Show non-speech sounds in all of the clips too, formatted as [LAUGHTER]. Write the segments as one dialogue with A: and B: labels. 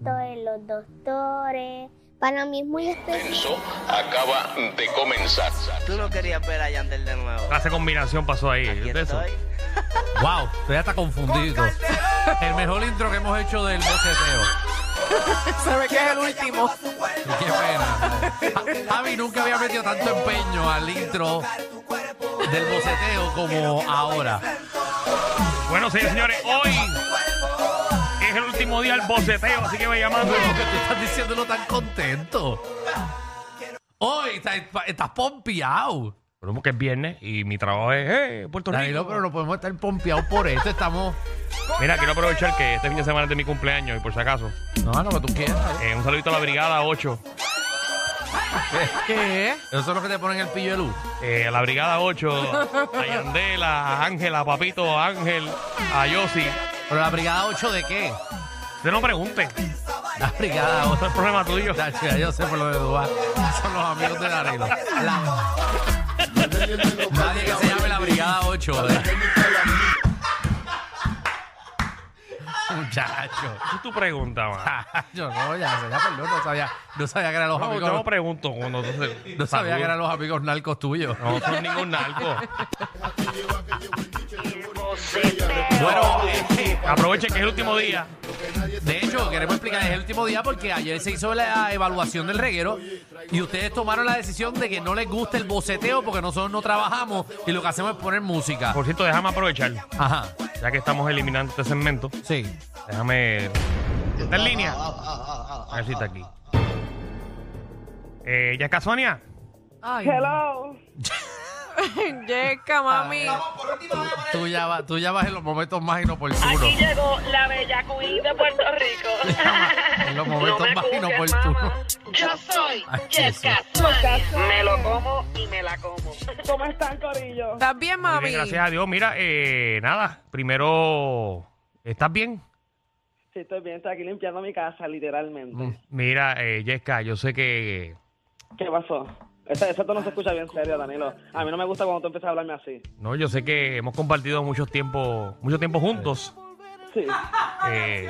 A: de los doctores. Para mí es muy especial.
B: Eso acaba de comenzar.
C: Tú no querías ver a Yandel de nuevo.
D: Clase combinación pasó ahí.
C: Aquí
D: ¿Viste Ah, eso?
C: estoy.
E: Wow, estoy hasta confundido. El mejor intro que hemos hecho del boceteo.
F: Se ve que es el último.
E: Y Qué pena. A- Javi nunca había metido tanto empeño al intro del boceteo como ahora.
D: Bueno, sí, señores, hoy es el último día del boceteo, así que voy llamando.
E: Pero que tú estás diciéndolo tan contento. Hoy estás, estás pompeado.
D: Pero que es viernes y mi trabajo es eh, Puerto Rico.
E: Danilo, pero no podemos estar pompeados por esto. Estamos.
D: Mira, quiero aprovechar que este fin de semana es de mi cumpleaños y por si acaso,
E: No, no, que tú quieras.
D: eh, un saludito a la Brigada 8.
F: ¿Qué?
E: Eso es lo que te ponen el pillo de luz.
D: eh, a la Brigada 8, a Yandela, a Ángela, a Papito, a Ángel, a Yossi.
E: Pero la brigada 8 de qué?
D: Usted no pregunte,
E: La brigada 8.
D: no es problema tuyo.
E: La chica, yo sé por lo de Dubá. Son los amigos de Danilo. La... Nadie que se llame la Brigada 8. Muchacho.
D: Esa es tu pregunta, man.
E: Yo no, ya, ya perdón, no sabía, no sabía que eran los
D: No,
E: amigos.
D: yo no pregunto cuando tú se-
E: no sabía
D: saludas.
E: que eran los amigos narcos tuyos.
D: No son ningún narco.
E: Bueno, eh,
D: Aprovechen que es el último día.
E: de hecho, queremos explicar, es el último día porque ayer se hizo la evaluación del reguero y ustedes tomaron la decisión de que no les gusta el boceteo porque nosotros no trabajamos y lo que hacemos es poner música.
D: Por cierto, déjame aprovechar,
E: Ajá,
D: ya que estamos eliminando este segmento.
E: sí.
D: Déjame. ¿Está en línea? A ver si está aquí. Eh, ¿Ya Casuania?
F: Ay, [LAUGHS]
G: Hello.
F: Yeca, mami.
E: Ah. Tú ya, va- tú ya vas en los momentos más inoportunos.
G: Aquí llegó la bella queen de Puerto Rico.
E: [LAUGHS] En los momentos más inoportunos.
G: Yo soy
E: Ay, Jessica
G: Me lo como y me la como. ¿Cómo están, Corillo?
F: ¿Estás bien,
D: Muy
F: mami?
D: bien, gracias a Dios. Mira, eh, nada, primero, ¿estás bien?
G: Sí, estoy bien. Estoy aquí limpiando mi casa, literalmente.
D: Mira, eh, Jessica, yo sé que...
G: ¿Qué pasó? Eso, eso no se escucha bien serio, Danilo. A mí no me gusta cuando tú empiezas a hablarme así.
D: No, yo sé que hemos compartido muchos tiempos mucho tiempo juntos.
G: Sí.
D: eh,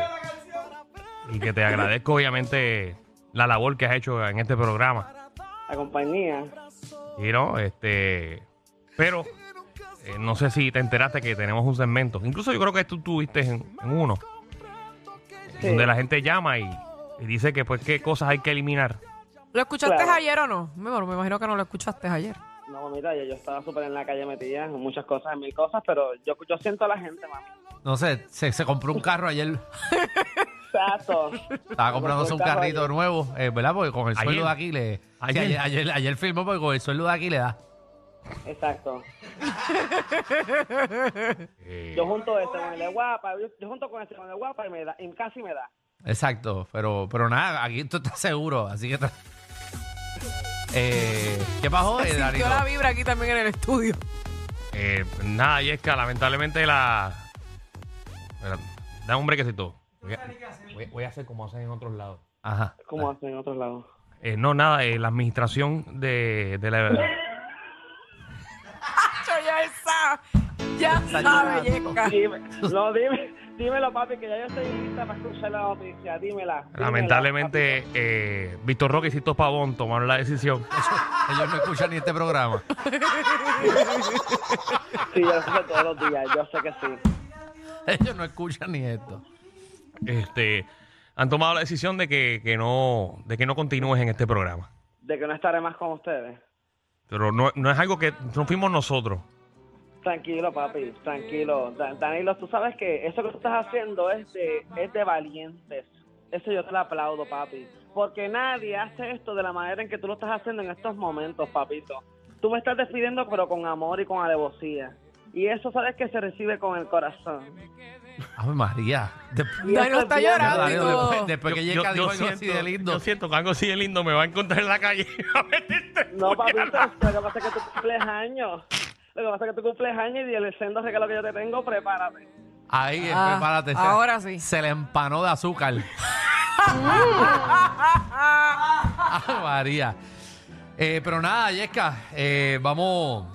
D: y que te agradezco, obviamente, la labor que has hecho en este programa.
G: La compañía.
D: Y no, este... Pero... eh, no sé si te enteraste que tenemos un segmento. Incluso yo creo que tú tuviste en, en uno.
G: Sí.
D: Donde la gente llama y, y dice que pues qué cosas hay que eliminar.
F: ¿Lo escuchaste
G: Claro.
F: ayer o no? Bueno, me imagino que no lo escuchaste ayer.
G: No, mira, yo, yo estaba súper en la calle metida en muchas cosas, en mil cosas, pero yo, yo siento a la gente, mami.
E: No sé, se, se compró un carro ayer.
G: Exacto.
E: Estaba comprándose un carrito nuevo, eh, ¿verdad? Porque con el
D: Ayer.
E: sueldo de aquí le. sí,
D: Ayer.
E: Ayer. ayer- ayer firmó porque con el sueldo de aquí le da.
G: Exacto.
D: Eh,
G: Yo junto este con el de guapa, yo, yo junto con este con el de guapa y me da, y casi me da.
E: Exacto, pero, pero nada, aquí tú estás seguro, así que. tra- Eh, ¿Qué pasó, eh,
F: Sintió
E: Danilo?
F: la vibra aquí también en el estudio.
D: Eh, nada, Yesca, lamentablemente la. Espera, da un brequecito. Voy a, voy- voy a hacer como hacen en otros lados.
E: Ajá.
G: ¿Cómo hacen en otros lados?
D: Eh, no, nada, eh, la administración de, de la.
F: Yo ya sabe. Ya sabe, Yeca.
G: Dime, no, dime, dímelo, papi, que ya yo estoy lista para escuchar la noticia. Dímela. dímela,
D: Lamentablemente, eh, Víctor Roque y Cito Pavón tomaron la decisión.
E: Ellos no escuchan ni este programa.
G: papito. Sí, yo lo escucho todos los días, yo sé que sí.
E: [LAUGHS] Ellos no escuchan ni esto.
D: Este, han tomado la decisión de que, que no, de que no continúes en este programa.
G: De que no estaré más con ustedes.
D: Pero no, no es algo que no fuimos nosotros.
G: Tranquilo, papi, tranquilo. Dan- Danilo, tú sabes que eso que tú estás haciendo es de, es de valientes. Eso yo te lo aplaudo, papi. Porque nadie hace esto de la manera en que tú lo estás haciendo en estos momentos, papito. Tú me estás despidiendo, pero con amor y con alevosía. Y eso sabes que se recibe con el corazón.
E: Ave María. Después,
G: Y
F: Danilo
G: eso
F: está
G: es bien,
F: llorando.
G: Danilo.
E: Danilo, después, después
D: Yo-
E: que
D: yo- yo
E: llega dijo algo así
D: siento-
E: de lindo.
D: Yo siento que algo así de lindo me va a encontrar en la calle. [LAUGHS] y va a meterte
G: No,
D: puñalada.
G: papito, lo que pasa es que tú cumples años. Lo que pasa es que tú cumples años y el sendo regalo que yo te tengo, prepárate.
E: Ahí,
F: Ah,
E: prepárate. se-
F: ahora sí.
E: Se le empanó de
F: [LAUGHS]
E: azúcar. Ave María. Eh, pero nada, Yesca, eh, vamos,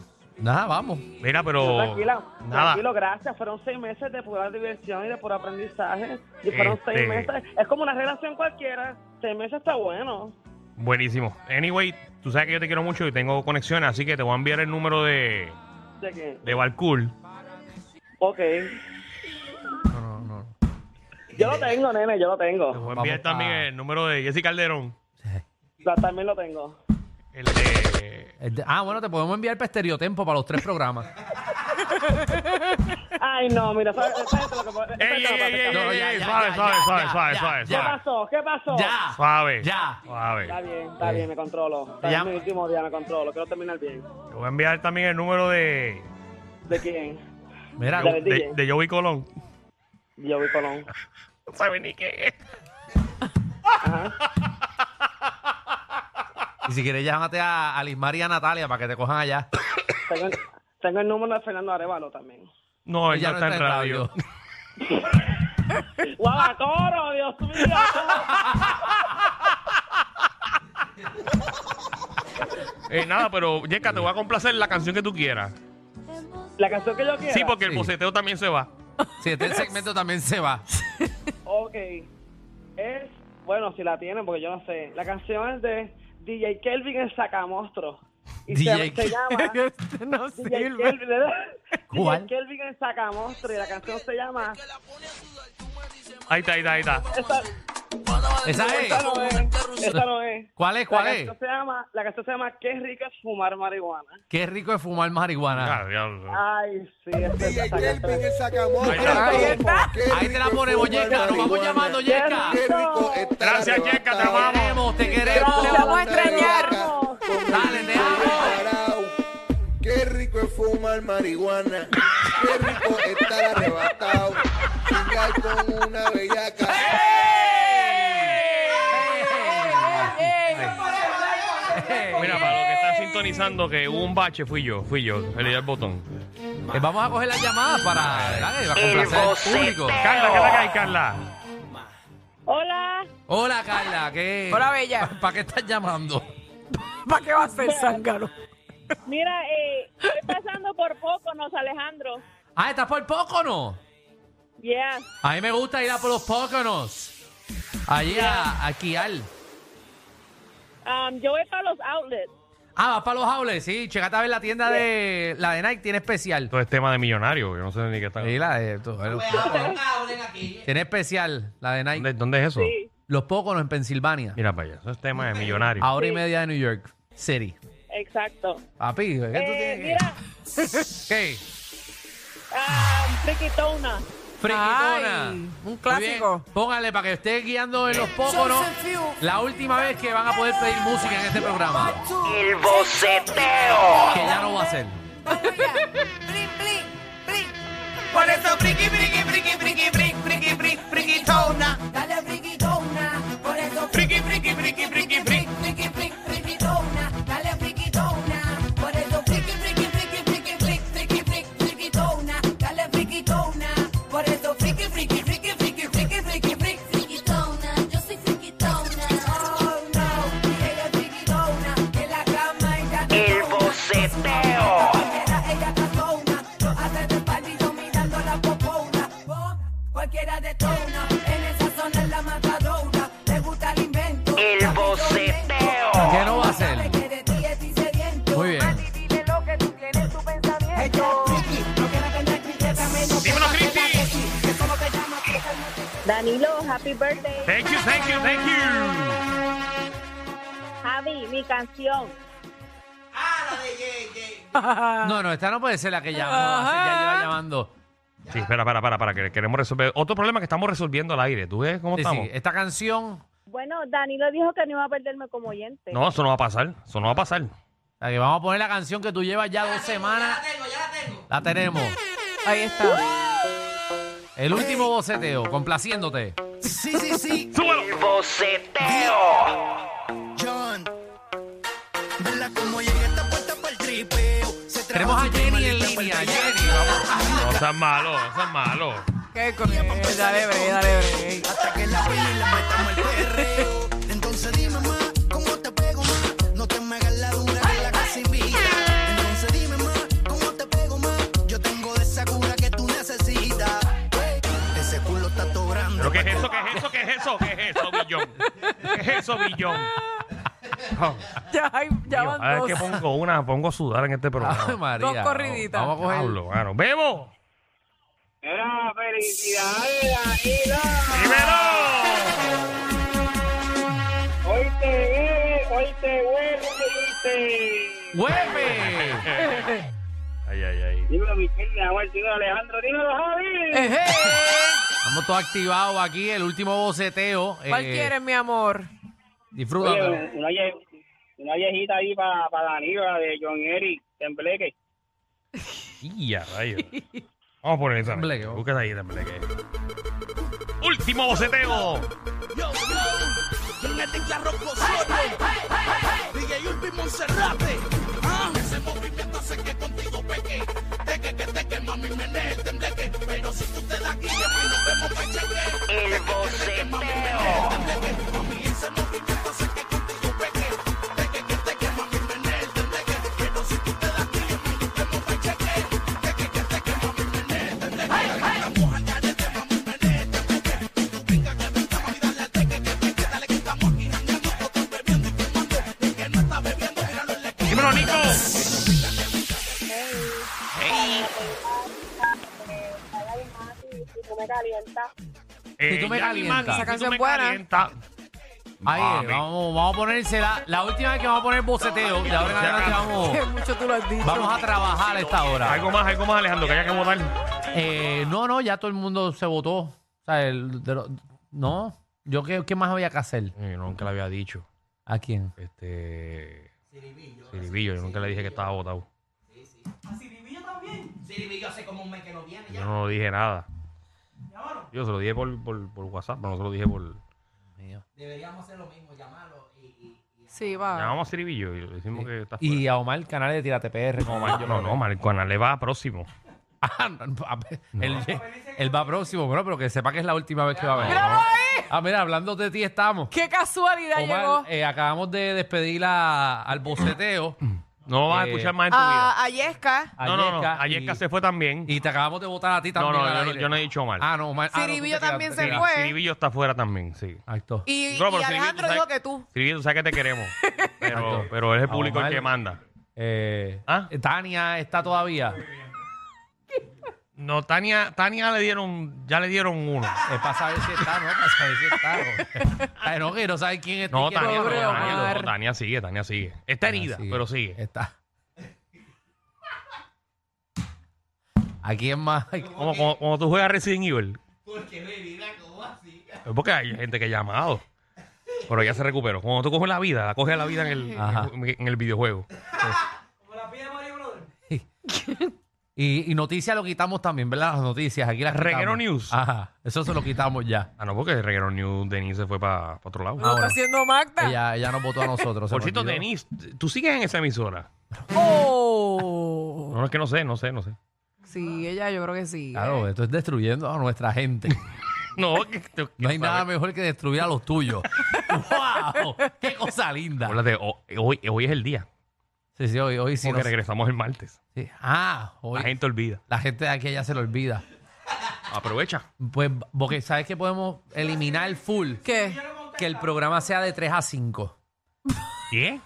E: Nada, vamos.
D: Mira, pero.
G: Tranquila,
D: nada.
G: tranquilo, gracias. Fueron seis meses de pura diversión y de puro aprendizaje. Y fueron
D: Este-
G: seis meses. Es como una relación cualquiera. Seis meses está bueno.
D: Buenísimo. Anyway, tú sabes que yo te quiero mucho y tengo conexiones, así que te voy a enviar el número de,
G: De que,
D: de Balcool.
G: ok.
E: No, no, no.
G: Yo lo tengo, nene, yo lo
D: Te voy
G: tengo.
D: a enviar
E: Vamos
D: también
E: a-
D: el número de Jesse Calderón.
G: Yo también lo tengo.
D: El de.
E: El de- Ah, bueno, te podemos enviar para Estereotempo para los tres
F: [LAUGHS]
E: programas.
G: Ay, no, mira, ¿sabes, sabes lo que puedo-
D: ¡Ey, ey, ey, ey!
E: No,
D: ey,
E: ya,
D: ey,
E: ya,
D: Suave,
E: ya,
D: suave,
E: ya,
D: suave,
E: ya,
D: suave,
E: ya,
D: suave,
E: ya.
G: ¿Qué
D: suave.
G: pasó? ¿Qué pasó?
E: ¡Ya!
D: Suave.
E: Ya.
G: Está
D: Suave.
G: bien, está bien, me controlo.
E: Te
G: Está bien,
E: llamo.
G: mi último día, me controlo. Quiero terminar bien.
D: Te voy a enviar también el número de.
G: ¿De quién?
E: Mira,
G: Dale, di-
D: De, de Joey Colón.
G: Yo voy Colón.
D: No sabes ni qué es.
E: y si quieres, llámate a, a Lismar y a Natalia para que te cojan allá.
G: Tengo el, tengo el número de Fernando Arevalo también.
D: No, él
E: Ella
D: no está en radio.
G: ¡Guabacoro, Dios mío!
D: Eh, nada, pero Yeka, te voy a complacer la canción que tú quieras.
G: La canción que yo quiero.
D: Sí, porque el
E: Sí.
D: boceteo también se va.
E: Si este segmento también se
H: [LAUGHS]
E: va.
G: Ok. Es, bueno, si la tienen, porque yo no sé. La canción es de DJ Kelvin el Sacamostro. Y se-
E: DJ
G: se,
E: [LAUGHS]
G: llama...
F: Este [LAUGHS] no
G: DJ
F: sirve.
G: Kelvin,
E: ¿Cuál?
G: DJ Kelvin el Sacamostro. Y la canción se llama...
D: Ahí está, ahí está, ahí está.
G: Esta,
E: ¿Esa es?
G: esta no es. Esta no es.
E: ¿Cuál es?
G: La
E: ¿Cuál es?
G: canción, se llama, la canción se llama Qué rico es fumar marihuana.
E: Qué rico es fumar marihuana.
D: Ah, diablo.
G: Ay, sí. esta-
H: DJ
G: esta
H: Kelvin
G: canción-
H: el sacamoto.
D: Ahí está.
F: Ahí está.
H: Qué
E: Ahí te la
H: rico
E: ponemos,
H: fumar
E: Yeka. Nos vamos
H: marihuana.
E: llamando, Yeka.
H: Qué rico está la
D: Gracias, Yeka,
H: levantada.
D: te amamos.
E: Te queremos, te queremos.
F: Te vamos a extrañar.
E: Dale, te amo.
H: Parao. Qué rico es fumar marihuana. Qué rico estar arrebatado. Chingar con una bellaca.
D: Mira, para los que están sintonizando que hubo un bache, fui yo, fui yo. Le di al botón.
E: Eh, vamos a coger las llamadas para, ¿verdad? Que va a complacer al público.
D: Carla, ¿qué la que hay, Carla?
A: Hola.
E: Hola, Carla. ¿qué?
F: Hola, bella.
E: ¿Para qué estás llamando?
F: ¿Para qué va a ser zángano?
I: Mira, eh, estoy pasando por poco, nos Alejandro.
E: Ah, ¿estás por Pócono?
I: Yeah.
E: A mí me gusta ir a por los Póconos. Allí a, a Kial.
I: Um, yo voy para los outlets.
E: Ah, vas para los Aules, sí. Checate a ver la tienda de... La de Nike tiene especial.
D: Esto es tema de millonario, yo no sé ni qué está.
E: Sí, la de... tú, los Póconos. Tiene especial la de Nike.
D: ¿Dónde, dónde es eso?
E: Los Póconos en Pensilvania.
D: Mira para allá, eso es tema de millonario.
E: A hora y media de New York City.
I: Exacto.
E: Papi, ¿qué tú
I: Eh,
E: tienes que-
I: mira,
E: ¿Qué?
I: um, Friquitona.
E: Friquitona.
F: Ay, un
E: Muy bien.
F: clásico.
E: Póngale para que esté guiando en los póconos. La última vez que van a poder pedir música en este programa. El boceteo. Que ya no va a ser.
C: Por eso, friki, friki, friki, friki, friki, friki, friki, friquitona. Friki, friki, friki, friki, friki. Oh,
J: El boceteo. Ella pasó una, lo hace de espalda y dominando la popona. Oh, Cualquiera de tona, en esa zona es la matadora. Le gusta el invento. El boceteo.
E: ¿Qué no va a hacer? Muy bien.
J: lo que tú tienes tu pensamiento.
D: Dímelo, Cristi.
I: Danilo, happy birthday.
D: Thank you, thank you, thank you.
I: Javi, mi canción.
E: No, no, esta no puede ser la que llama. no va a ser, Ya lleva llamando.
D: Sí, espera, para, para, para, que queremos resolver. Otro problema que estamos resolviendo al aire. ¿Tú ves cómo
E: Sí, eh,
D: estamos?
E: sí, Esta canción,
I: Bueno, Danilo dijo que no iba a perderme como oyente.
D: No, eso no va a pasar. Eso no va a pasar.
E: la que vamos a poner la canción que tú llevas ya dos semanas. Ya la tengo, ya la tengo. La tenemos.
F: Ahí está.
E: El último boceteo, complaciéndote.
H: Sí, sí, sí.
D: ¡Súbelo!
H: John. Vela como llega esta puerta para el tripeo. Se
E: Tenemos a Jenny en línea. Jenny, vamos.
D: No seas malo, no seas malo.
F: Qué con eh, Dale, break, dale, break.
H: Hasta que la peli la metamos al perreo. Entonces dime más, ¿cómo te pego más? No te me hagas la dura que la casi vi. Entonces dime más, ¿cómo
D: Billón? ¿Qué es eso, Billón? Oh,
F: Ya, hay- ya
D: Dios, a
F: van
D: ver
F: dos.
D: que pongo una, pongo a sudar en este
E: Ay,
D: programa.
E: María.
F: Dos corriditas.
E: Vamos a coger.
D: Pablo, mano. ¡Bebo!
G: Era felicidades, Danilo.
D: ¡Dímelo!
G: Hoy te bebe, hoy te huele y te...
E: ¡Hueve!
D: Ay, ay, ay.
G: Dímelo, Michelle, mi amor, dímelo, Alejandro, dímelo, Javi.
F: Ejé.
E: Estamos todos activados aquí, el último boceteo.
F: ¿Cuál
E: eh,
F: quieres, mi amor? [LAUGHS]
E: Disfrútalo.
G: Oye, una, vie- una viejita ahí para pa Danilo, la de John Eric, tembleque.
D: Ya, rayos. Vamos a poner esa.
E: Tembleque, vamos.
D: Búscate ahí, tembleque. Último boceteo. Dímelo, Nico.
I: Si tú me calientas.
D: Eh,
E: tú
D: Jackie
E: me calientas.
D: Mann,
F: Esa
D: si tú
F: canción
D: me
F: buena.
D: calientas.
E: Ahí,
D: Mami.
E: vamos, vamos a ponérsela. La última vez que vamos a poner boceteo, de ahora en adelante vamos,
F: Que mucho tú lo has dicho.
E: vamos a trabajar a esta hora.
D: Algo más, algo más, Alejandro, que haya que votar.
E: Eh, no, no, ya todo el mundo se votó. O sea, el- de lo- no, yo qué, qué más había que hacer.
D: Eh, Yo nunca le había dicho.
E: ¿A quién?
D: Este. Siribillo. yo nunca le dije que estaba votado. Ah, Sí, sí. ¿A Siribillo también? Siribillo hace como un mes que no viene. Yo no dije nada. Yo se lo dije por, por, por WhatsApp, pero no se lo dije por.
F: Sí, va.
D: Llamamos a Siribillo y le decimos que está fuera.
E: Ah. Y Ah. a Omar, el canal de Tírate PR.
D: No, Mar- no, no, Marcona le va a próximo.
E: [LAUGHS] Ah, no, no, a ver, él, él va próximo, bro, pero que sepa que es la última vez que va a venir.
F: ¡Míralo ahí!
E: Ah, mira, hablando de ti estamos.
F: ¡Qué casualidad llegó!
E: Omar, eh, acabamos de despedir a- al boceteo.
D: No lo vas a
E: Eh,
D: escuchar más en tu vida.
F: A, a Yesca.
D: [CLEARS THROAT]
E: a
D: no, no, no.
E: Yesca,
D: Ayer
E: y-
D: se fue también.
E: Y te acabamos de votar a ti
D: no,
E: también.
D: no,
E: al
D: yo, no-
E: aire.
D: yo no he dicho mal.
E: Ah, no, Omar. ah, no, tú te
F: Siribillo
E: quedaste,
F: también
E: te
F: se
E: quedaste.
F: fue.
D: Siribillo está fuera también, sí.
E: Exacto.
F: Y,
D: No, pero
F: y
D: si
F: Alejandro
D: vi-
F: dijo que tú.
D: Siribillo, tú sabes que te [LAUGHS] queremos. Pero,
E: Exacto.
D: pero es el
E: A
D: público el
E: Omar.
D: que manda.
E: Eh,
D: ¿Ah?
E: Tania está todavía.
D: No, Tania, Tania le dieron, ya le dieron uno.
E: Es para saber si está, ¿no? Para saber si está. ¿no? Ay, no, que no sabe quién es.
D: No,
E: quién
D: Tania, no,
E: es.
F: Pobre
D: Tania, no,
F: Omar.
D: no, Tania sigue, Tania sigue. Está herida,
E: Sigue.
D: pero sigue.
E: Está. ¿A quién más?
D: Como, como, como tú juegas Resident Evil. ¿Por qué herida? ¿Cómo así? Porque hay gente que ha llamado. Pero ya se recuperó. Cuando tú coges la vida, la coges la vida en el,
E: Ajá.
D: en, en el videojuego.
E: Y, y noticias lo quitamos también, ¿verdad? Las noticias. Aquí las quitamos.
D: Reguero News.
E: Ajá. Eso se lo quitamos ya.
D: Ah, no, porque el Reguero News Denise se fue para otro lado.
F: Lo está haciendo Magda.
E: Ella, ella nos votó a nosotros. Ah, se
D: Por
E: me
D: cierto,
E: olvidó.
D: Denise, tú sigues en esa emisora.
F: ¡Oh!
D: No, es que no sé, no sé, no sé.
F: Sí, ella yo creo que sí.
E: Claro, esto es destruyendo a nuestra gente.
D: No, que, que-
E: No hay
D: que-
E: nada mejor que destruir a
D: [LAUGHS]
E: los tuyos. ¡Wow! ¡Qué cosa linda!
D: Acuérdate, ho- hoy, hoy es el día.
E: Sí, sí, hoy, hoy sí.
D: porque
E: nos-
D: regresamos el martes.
E: sí. Ah, hoy
D: La gente olvida.
E: la gente de aquí ya se lo olvida.
D: Aprovecha.
E: Pues, porque sabes que podemos eliminar el full.
F: ¿Qué?
E: Que el programa sea de 3 a 5.
D: ¿Qué?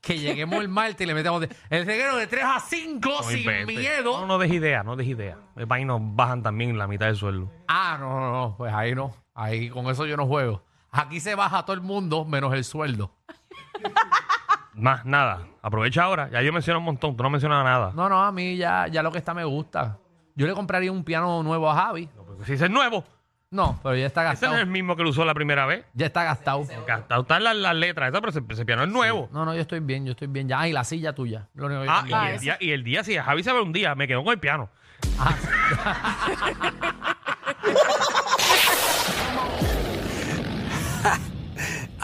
E: Que lleguemos el martes y le metemos de- el reguero de 3 a 5
D: No
E: sin
D: inventes.
E: miedo.
D: No, no des idea, no des idea. Para ahí nos bajan también la mitad del sueldo.
E: Ah, no, no, no. Pues ahí no. Ahí con eso yo no juego. Aquí se baja todo el mundo menos el sueldo.
D: Más nada. Aprovecha ahora. Ya yo menciono un montón. Tú no mencionas nada.
E: No, no, a mí ya, ya lo que está me gusta. Yo le compraría un piano nuevo a Javi.
D: Si es nuevo,
E: No, pero ya está
D: ese no
E: gastado.
D: es el mismo que lo usó la primera vez.
E: Ya está gastado.
D: Gastado están las, las letras, esas, pero ese, ese piano es nuevo.
E: No, no, yo estoy bien, yo estoy bien. Ya, y la silla tuya. Lo único que yo
D: Ah,
E: estoy
D: y,
E: bien.
F: Ah,
D: el
F: ese.
D: día, y el día, si Javi se ve un día, me quedo con el piano.